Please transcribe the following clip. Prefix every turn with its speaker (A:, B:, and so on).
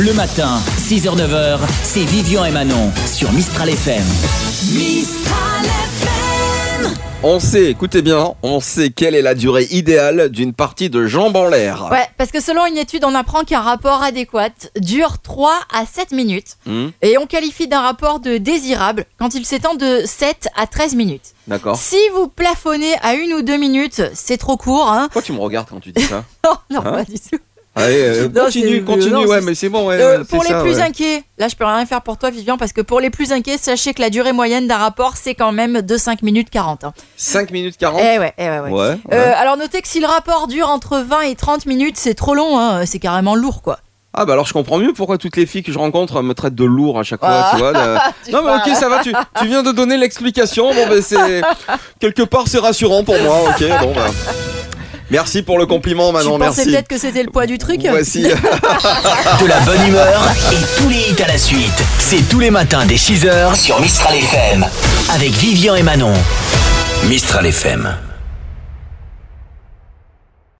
A: Le matin, 6h-9h, c'est Vivian et Manon sur Mistral FM.
B: Mistral FM.
C: On sait, écoutez bien, on sait quelle est la durée idéale d'une partie de jambes en l'air.
D: Ouais, parce que selon une étude, on apprend qu'un rapport adéquat dure 3 à 7 minutes.
C: Hmm,
D: Et on qualifie d'un rapport de désirable quand il s'étend de 7 à 13 minutes.
C: D'accord.
D: Si vous plafonnez à une ou deux minutes, c'est trop court. Hein
C: Pourquoi tu me regardes quand tu dis ça
D: Oh, non,
C: Hein
D: pas du tout.
C: Allez, euh,
D: Non,
C: continue,
D: c'est-
C: continue,
D: non,
C: ouais,
D: c'est-
C: mais c'est bon, ouais.
D: Euh,
C: ouais,
D: pour
C: c'est
D: les
C: ça,
D: plus
C: ouais.
D: inquiets, là je peux rien faire pour toi Vivian parce que pour les plus inquiets, sachez que la durée moyenne d'un rapport c'est quand même de 5 minutes 40. hein.
C: 5 minutes 40
D: Eh ouais, eh ouais, ouais.
C: Oh. Ouais, ouais.
D: Euh, alors notez que si le rapport dure entre 20 et 30 minutes, c'est trop long, hein, c'est carrément lourd quoi.
C: Ah bah alors je comprends mieux pourquoi toutes les filles que je rencontre me traitent de lourd à chaque fois,
D: Ah,
C: tu vois. là. Non mais ok, ça va, tu, tu viens de donner l'explication, bon ben c'est... Quelque part c'est rassurant pour moi, ok, bon bah... Merci pour le compliment
D: tu
C: Manon,
D: pensais
C: Ah merci.
D: peut-être que c'était le poids du truc
C: Voici...
A: De la bonne humeur et tous les hits à la suite. C'est tous les matins dès 6h sur Mistral FM. Avec Vivian et Manon. Mistral FM.